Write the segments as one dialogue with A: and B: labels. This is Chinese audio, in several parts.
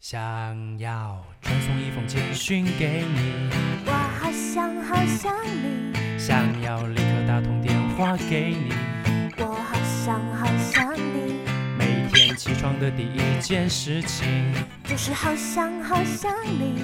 A: 想要传送一封简讯给你，
B: 我好想好想你，
A: 想要立刻打通电话给你，
B: 我好想好想你，
A: 每天起床的第一件事情，
B: 就是好想好想你，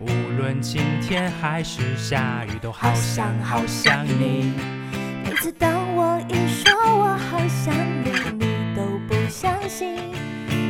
A: 无论晴天还是下雨，都好想好想你。
B: 每次当我一说我好想你，你都不相信，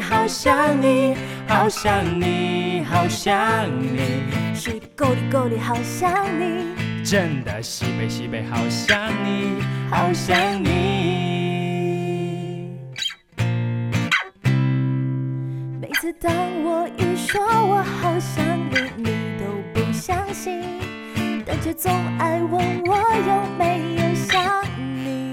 A: 好想你，好想你，好想你。
B: 是够力够力好想你，
A: 真的西北西北，好想你，好想你。
B: 每次当我一说我好想你，你都不相信，但却总爱问我有没有想你。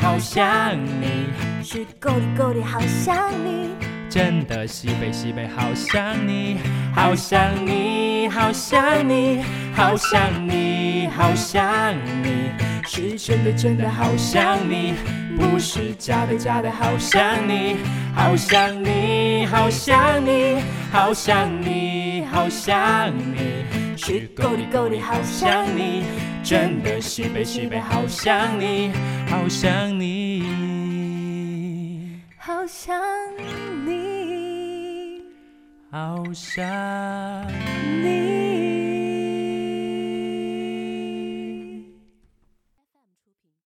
A: 好想你。
B: 是够力够力好想你，
A: 真的西北西北，好想你，好想你，好想你，好想你，好想你，是真的真的好想你，不是假的假的好想你，好想你，好想你，好想你，好想你，是够力够力好想你，真的西北西北好想你，好想你。
B: 好想你，
A: 好想
B: 你。